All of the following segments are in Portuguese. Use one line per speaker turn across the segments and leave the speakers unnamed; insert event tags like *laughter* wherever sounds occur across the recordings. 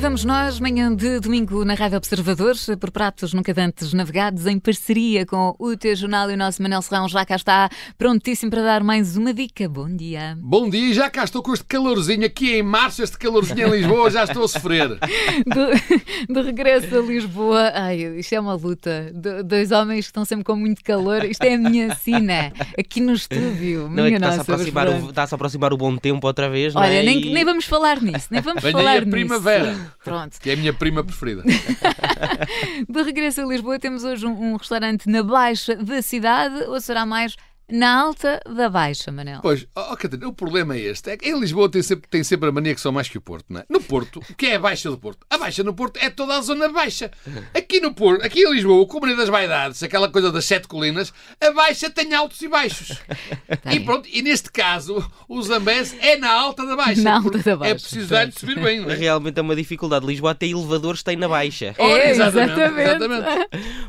vamos nós, manhã de domingo na Rádio Observadores, por pratos nunca dantes navegados, em parceria com o teu jornal e o nosso Manel Serrão. Já cá está, prontíssimo para dar mais uma dica. Bom dia.
Bom dia, já cá estou com este calorzinho aqui em março, este calorzinho em Lisboa, já estou a sofrer.
Do, de regresso a Lisboa, ai, isto é uma luta. Do- dois homens que estão sempre com muito calor. Isto é a minha sina, aqui no estúdio.
Não, é
minha
que está-se a,
nossa, mas
aproximar o-
pronto.
está-se a aproximar o bom tempo outra vez, não
Olha,
é?
nem,
E-
nem vamos falar nisso, nem vamos
Venha aí
falar
a
nisso.
primavera.
Sim, Pronto.
Que é a minha prima preferida.
De regresso a Lisboa, temos hoje um, um restaurante na Baixa da cidade, ou será mais na Alta da Baixa, Manel?
Pois, ó, ó, Catarina, o problema é este. É que em Lisboa tem sempre, tem sempre a mania que são mais que o Porto, não é? No Porto, o que é a Baixa do Porto? A Baixa no Porto é toda a zona baixa. Aqui no Porto, aqui em Lisboa, o Comunidade das Vaidades, aquela coisa das sete colinas, a Baixa tem altos e baixos.
Tem.
E pronto, e neste caso, o Zambés é na alta da Baixa.
Na alta da Baixa,
É preciso dar-lhe subir bem, não é?
Realmente é uma dificuldade. Lisboa até elevadores tem na baixa.
É,
Ora,
exatamente.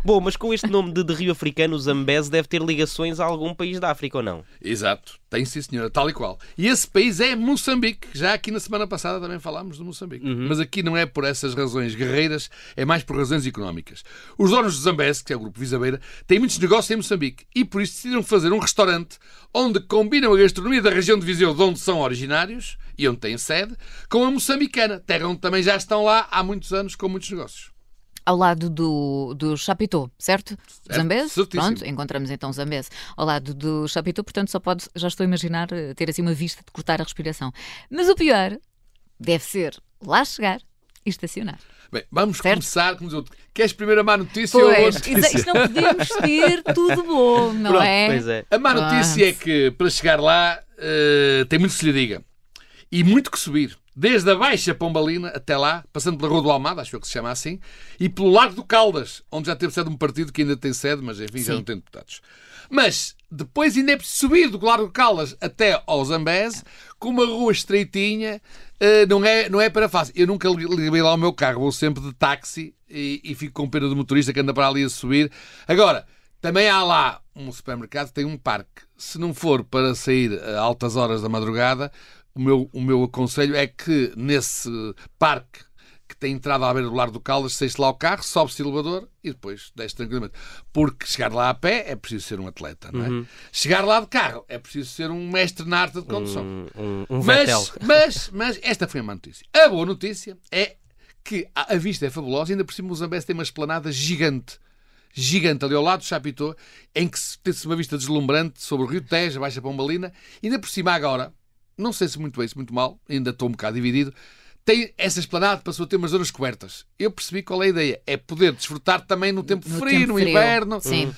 Bom, mas com este nome de, de rio africano, o Zambese deve ter ligações a algum país da África ou não?
Exato, tem sim, senhora, tal e qual. E esse país é Moçambique. Já aqui na semana passada também falámos de Moçambique.
Uhum.
Mas aqui não é por essas razões guerreiras, é mais por razões económicas. Os donos do Zambés, que é o grupo Visabeira, têm muitos negócios em Moçambique e por isso decidiram fazer um restaurante onde combinam a gastronomia da região de Viseu, de onde são originários e onde têm sede, com a moçambicana, terra onde também já estão lá há muitos anos com muitos negócios.
Ao lado do, do Chapitó, certo? Zambese?
certíssimo.
Pronto, encontramos então Zambese. Ao lado do Chapitó, portanto, só pode, já estou a imaginar, eh, ter assim uma vista de cortar a respiração. Mas o pior deve ser lá chegar e estacionar.
Bem, vamos
Certo.
começar, como diz o outro. Queres primeiro a má notícia ou a boa
Pois,
notícia?
isto isto não podemos ter tudo bom, não
Pronto,
é?
Pois é.
A má
Pronto.
notícia é que para chegar lá eh, tem muito que se lhe diga e muito que subir. Desde a Baixa Pombalina até lá, passando pela Rua do Almada, acho eu que se chama assim, e pelo Largo do Caldas, onde já teve sede um partido que ainda tem sede, mas enfim, já
Sim.
não tem deputados. Mas depois ainda é preciso subir do Largo do Caldas até ao Zambese, com uma rua estreitinha, eh, não, é, não é para fácil. Eu nunca li- liguei lá o meu carro, vou sempre de táxi e, e fico com pena do motorista que anda para ali a subir. Agora, também há lá um supermercado que tem um parque. Se não for para sair a altas horas da madrugada, o meu, o meu aconselho é que nesse parque que tem entrada à beira do Lar do Caldas, deixe lá o carro, sobe-se o elevador e depois desce tranquilamente. Porque chegar lá a pé é preciso ser um atleta, não é? Chegar lá de carro é preciso ser um mestre na arte de condução.
Um, um Vettel.
Mas, mas, mas esta foi a má notícia. A boa notícia é que a a vista é fabulosa e ainda por cima o Zambés tem uma esplanada gigante. Gigante ali ao lado do Chapitó, em que se tem-se uma vista deslumbrante sobre o Rio Tejo, a Baixa Pombalina, e ainda por cima agora, não sei se muito bem, se muito mal, ainda estou um bocado dividido, tem essa esplanada passou a ter umas zonas cobertas. Eu percebi qual é a ideia. É poder desfrutar também no tempo
No
frio,
tempo
no
frio.
inverno.
Sim.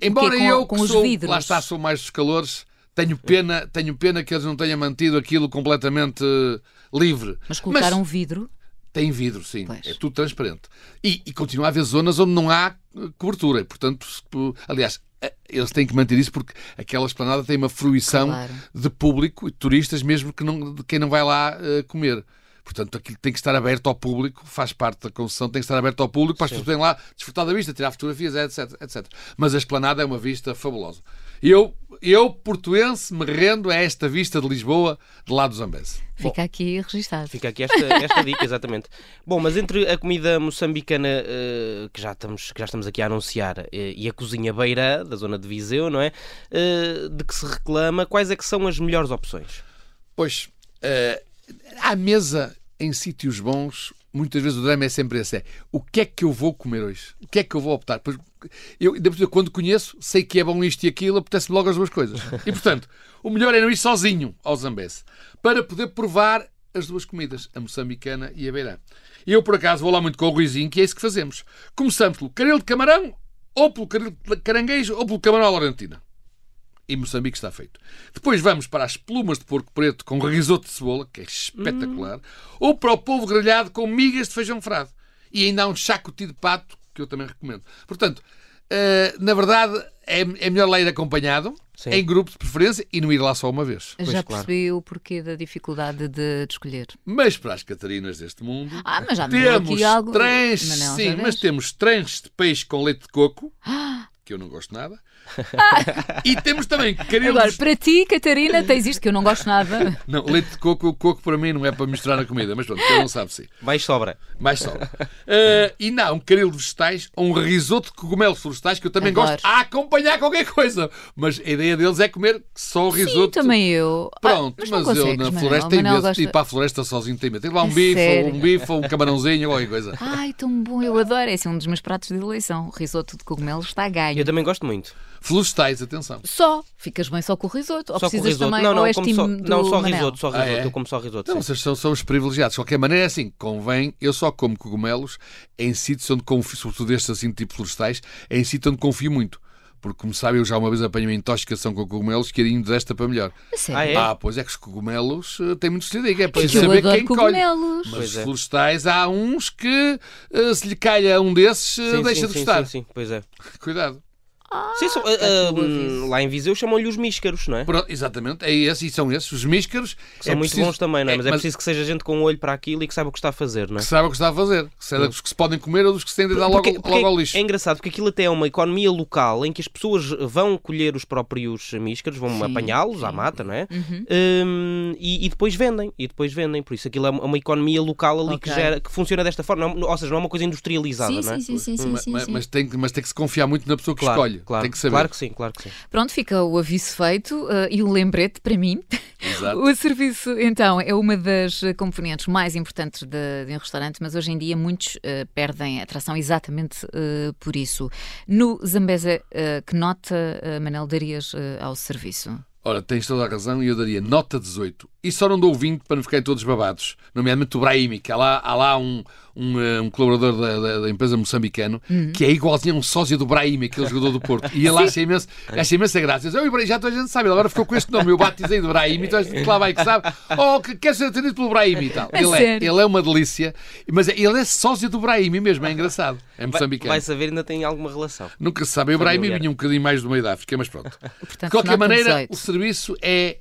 Embora
O quê? Com-
eu,
com
que
os
sou,
vidros?
lá está, sou mais dos calores, tenho pena, tenho pena que eles não tenham mantido aquilo completamente eh, livre.
Mas colocaram um vidro.
tem vidro, sim.
Pois.
É tudo transparente. E, e continua a haver zonas onde não há eh, cobertura. E, portanto, se- po- aliás, eh, eles têm que manter isso porque aquela esplanada tem uma fruição
Claro.
de público e de turistas, mesmo que não, de quem não vai lá eh, comer. Portanto, aquilo tem que estar aberto ao público, faz parte da concessão, tem que estar aberto ao público para as pessoas poderem lá desfrutar da vista, tirar fotografias, etc, etc. Mas a esplanada é uma vista fabulosa. Eu, eu portuense, me rendo a esta vista de Lisboa, de lá do Zambese.
Fica aqui registado.
Fica aqui esta, esta dica, exatamente. Bom, mas entre a comida moçambicana eh, que, já estamos, que já estamos aqui a anunciar eh, e a cozinha beira da zona de Viseu, não é? Eh, de que se reclama, quais é que são as melhores opções?
Pois, eh, à mesa, em sítios bons, muitas vezes o drama é sempre esse. É, o que é que eu vou comer hoje? O que é que eu vou optar? Pois, eu, ainda por cima, quando conheço, sei que é bom isto e aquilo, apetece-me logo as duas coisas. E, portanto, o melhor é não ir sozinho ao Zambese, para poder provar as duas comidas, a moçambicana e a beirã. E eu, por acaso, vou lá muito com o Ruizinho, que é isso que fazemos. Começamos pelo caril de camarão, ou pelo caril de caranguejo, ou pelo camarão à laurentina e Moçambique está feito. Depois vamos para as plumas de porco preto com risoto de cebola, que é espetacular, ou para o polvo grelhado com migas de feijão frado. E ainda há um chacoti de pato, que eu também recomendo. Portanto, eh, na verdade, é, é melhor lá ir acompanhado,
Sim.
em grupo de preferência, e não ir lá só uma vez.
Já
Pois, claro.
percebi o porquê da dificuldade de, de escolher.
Mas para as Catarinas deste mundo,
Ah, mas já me deu
temos
aqui algo.
trens,
Manel, já
sim, mas
vês? *gasps*
temos trens de peixe com leite de coco, que eu não gosto nada. e temos também carelos.
Ah! Agora, para ti, Catarina, tens isto que eu não gosto
*laughs*
nada.
Não, leite de coco, o coco para mim não é para misturar na comida, mas pronto, cada um sabe sim.
Mais sobra.
Mais só. Eh, e não, um caril de vegetais ou um risoto de cogumelos florestais que eu também
Adoro.
gosto a acompanhar qualquer coisa. Mas a ideia deles é comer só o
Sim,
risoto.
também eu. Ah,
Pronto, mas,
não
eu
consegues,
na
Manel.
floresta tenho
Manel
medo.
gosta-
E
tipo,
para a floresta sozinho tenho medo. Tem lá um
A
bife,
sério?
ou um bife, ou um camarãozinho, ou qualquer coisa.
Ai, tão bom, eu adoro. Esse é um dos meus pratos de eleição. O risoto de cogumelos está a ganho.
Eu também gosto muito.
Florestais, atenção.
Só, ficas bem só com o risoto. Ou
só com
precisas
risoto.
também
não, não,
ou és
como
time
só,
do
não, só
Manel?
risoto, só
Ah,
risoto.
é?
Eu como só risoto.
Então
sim.
vocês são, são os privilegiados. De qualquer maneira, é assim, convém. Eu só como cogumelos em sítios onde confio, sobretudo estes assim, tipo florestais, em sítios onde confio muito. Porque, como sabem, eu já uma vez apanhei uma intoxicação com cogumelos, queirinho desta para melhor.
A sério?
Ah, é?
Ah, pois é que os cogumelos eh, têm muito sentido. É para
Porque eu
saber quem
adoro
colhe.
cogumelos.
Mas
Pois
os
é.
florestais, há uns que, eh, se lhe calha um desses, eh,
Sim,
deixa
sim,
de
sim,
gostar.
Sim, sim, pois é.
Cuidado.
Sim, só- ah, ah,
tudo
hum,
aviso.
lá em Viseu chamam-lhe os míscaros, não é?
Pronto, exatamente, é esse, e são esses, os míscaros.
Que são
é
muito
preciso-
bons também, não é? Mas é,
mas-
preciso que seja gente com um olho para aquilo e que saiba o que está a fazer, não é?
Que sabe o que está a fazer. Que seja dos que se podem comer ou dos que se tendem a dar logo,
Porque- porque
logo ao
é-
lixo.
É engraçado porque aquilo até é uma economia local em que as pessoas vão colher os próprios míscaros, vão
Sim,
apanhá-los à
sim.
mata, não é? Hum, e, e depois vendem, e depois vendem. Por isso aquilo é uma é uma economia local ali que,
Ok.
gera, que funciona desta forma, não- ou seja, não é uma coisa industrializada,
Sim,
não é?
Uhum. sim, sim, sim, sim,
Ma-
sim,
ma-
sim.
Mas, tem, que- mas tem que se confiar muito na pessoa que
Claro,
escolhe.
claro,
tem que saber.
claro que sim, claro que sim.
Pronto, fica o aviso feito eh, e o lembrete para mim.
Exato.
O serviço, então, é uma das eh, componentes mais importantes de, de um restaurante, mas hoje em dia muitos eh, perdem a atração exatamente eh, por isso. No Zambesa, eh, que nota, eh, Manel, darias eh, ao serviço?
Ora, tens toda a razão e eu daria nota 18. E só não dou 20 para não ficarem todos babados. Nomeadamente o Brahimi, que há lá, há lá um, um, eh, um colaborador da, da- da empresa moçambicano
Uhum.
que é igualzinho a um sósia do Brahimi, aquele jogador do Porto. E ele acha imenso, acha imensa graça. Diz, "Oi, Brahimi, já toda a gente sabe, ele agora ficou com este nome. Eu batizei do Brahimi, toda a gente que lá vai que sabe. Oh, que quer ser atendido pelo Brahimi e tal.
A
Ele é,
sério?
ele é uma delícia, mas é- ele é sósia do Brahimi mesmo, é engraçado. É
Vai,
moçambicano.
vai saber, ainda tem alguma relação.
Nunca se sabe. O Brahimi
Familiar.
vinha um bocadinho mais do meio da África, mas
*laughs*
pronto.
Portanto,
De qualquer
nota
maneira,
18.
o serviço é.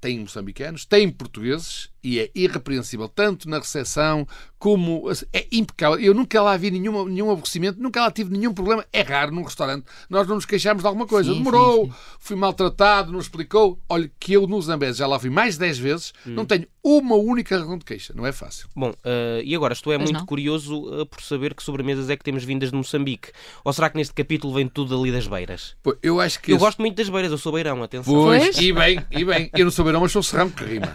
Tem moçambicanos, tem portugueses e é irrepreensível, tanto na recepção como. É impecável. Eu nunca lá vi nenhum, nenhum aborrecimento, nunca lá tive nenhum problema. É raro num restaurante. Nós não nos queixámos de alguma coisa.
Sim,
Demorou, fui maltratado, não explicou. Olha, que eu no Zambés já lá fui mais de 10 vezes, não tenho uma única razão de queixa. Não é fácil.
Bom, eh, e agora estou é
Pois
muito
não.
curioso eh, por saber que sobremesas é que temos vindas de Moçambique. Ou será que neste capítulo vem tudo ali das beiras?
Pô, Eu acho que.
Eu
esse-
gosto muito das beiras, eu sou beirão, atenção.
Pois,
Pois.
e bem, e bem. Eu não sou beirão, mas sou serrão que rima.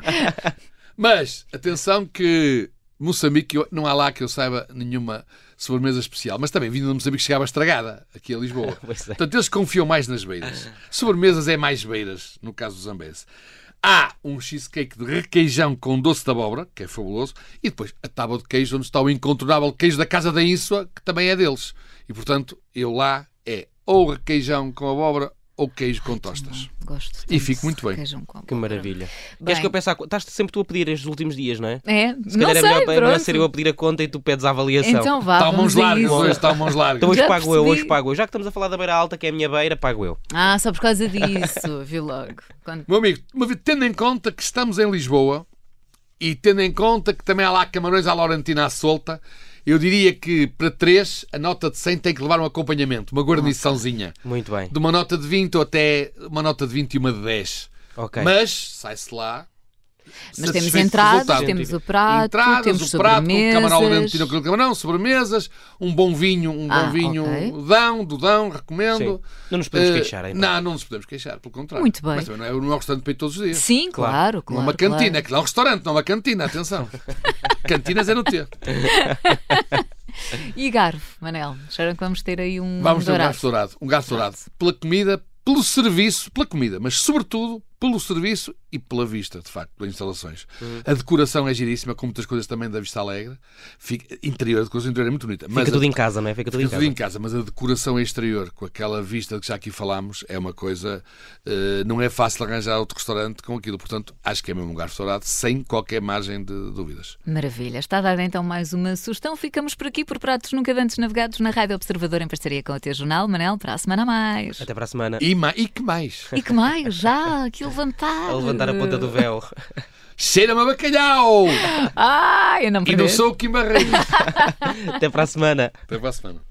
Mas, atenção que Moçambique, eu- não há lá que eu saiba nenhuma sobremesa especial, mas também vindo de Moçambique chegava estragada aqui a Lisboa.
*laughs* Pois é.
Portanto, eles confiam mais nas beiras. Sobremesas é mais beiras, no caso do Zambese. Há um cheesecake de requeijão com doce de abóbora, que é fabuloso, e depois a tábua de queijo, onde está o incontornável queijo da Casa da Ínsua, que também é deles. E, portanto, eu lá é ou requeijão com abóbora ou queijo com tostas.
Gosto.
E
tanto
fico muito
de
bem.
queijo com
Que
abóbora.
maravilha.
Bem.
Queres que eu peça a conta? Estás sempre tu a pedir estes últimos dias, não é?
É,
Se
não
calhar é
sei,
melhor, é melhor
pronto.
ser eu a pedir a conta e tu pedes a avaliação.
Então vá,
Está
vamos
Tá, mãos
a
largas hoje,
isso.
está mãos largas.
Então hoje
Já
pago eu,
percebi.
hoje pago eu. Já que estamos a falar da beira alta, que é a minha beira, pago eu.
Ah, só por causa disso, *laughs* viu logo. Quando-
Meu amigo, uma vez- tendo em conta que estamos em Lisboa e tendo em conta que também há lá camarões à Laurentina à solta, eu diria que para três a nota de 100 tem que levar um acompanhamento, uma guarniçãozinha.
Muito bem.
De uma nota de 20 ou até uma nota de 20 e uma de 10.
Ok.
Mas sai-se lá.
Mas
satisfeito
temos
com o
entradas,
resultado.
temos o prato,
entradas,
temos
o prato, o camarão
sobremesas.
laurentino, aquele camarão, sobremesas, um bom vinho, um
Ah,
bom vinho
ok.
dão, do dão, recomendo.
Sim. Não nos podemos
Eh,
queixar, então.
Não, não nos podemos queixar, pelo contrário.
Muito bem.
Mas também não é, não é um restaurante para ir todos os dias.
Sim, claro, claro.
não é uma cantina,
claro.
é que não é um restaurante, não é uma
*laughs*
cantina, atenção. Cantinas é no
Hum,
ter.
E garfo, Manel? Acharam que vamos ter aí um
Vamos ter um
dourado?
garfo dourado. Um garfo dourado. Pela comida, pelo serviço, pela comida, mas sobretudo pelo serviço e pela vista, de facto, das instalações.
Hum.
A decoração é giríssima, como muitas coisas também da Vista Alegre. Fica, interior, a decoração interior é muito bonita.
Fica
mas a-
tudo em casa, não é? Fica tudo em
Fica tudo
casa.
em casa, mas a decoração é exterior, com aquela vista que já aqui falámos, é uma coisa. eh, não é fácil arranjar outro restaurante com aquilo. Portanto, acho que é mesmo um garfo dourado, sem qualquer margem de dúvidas.
Maravilha. Está dada então mais uma sugestão. Ficamos por aqui por pratos nunca antes navegados na Rádio Observador em parceria com o teu jornal. Manel, para a semana a mais.
Até para a semana.
E, ma- e que mais?
E que mais? Já, que levantar.
A levantar a ponta do
*laughs*
véu.
Cheira-me a bacalhau! *laughs*
Ah, eu não me
E não
perdi.
sou o Kim Barreiro.
Até para a semana.
É? Até para a semana.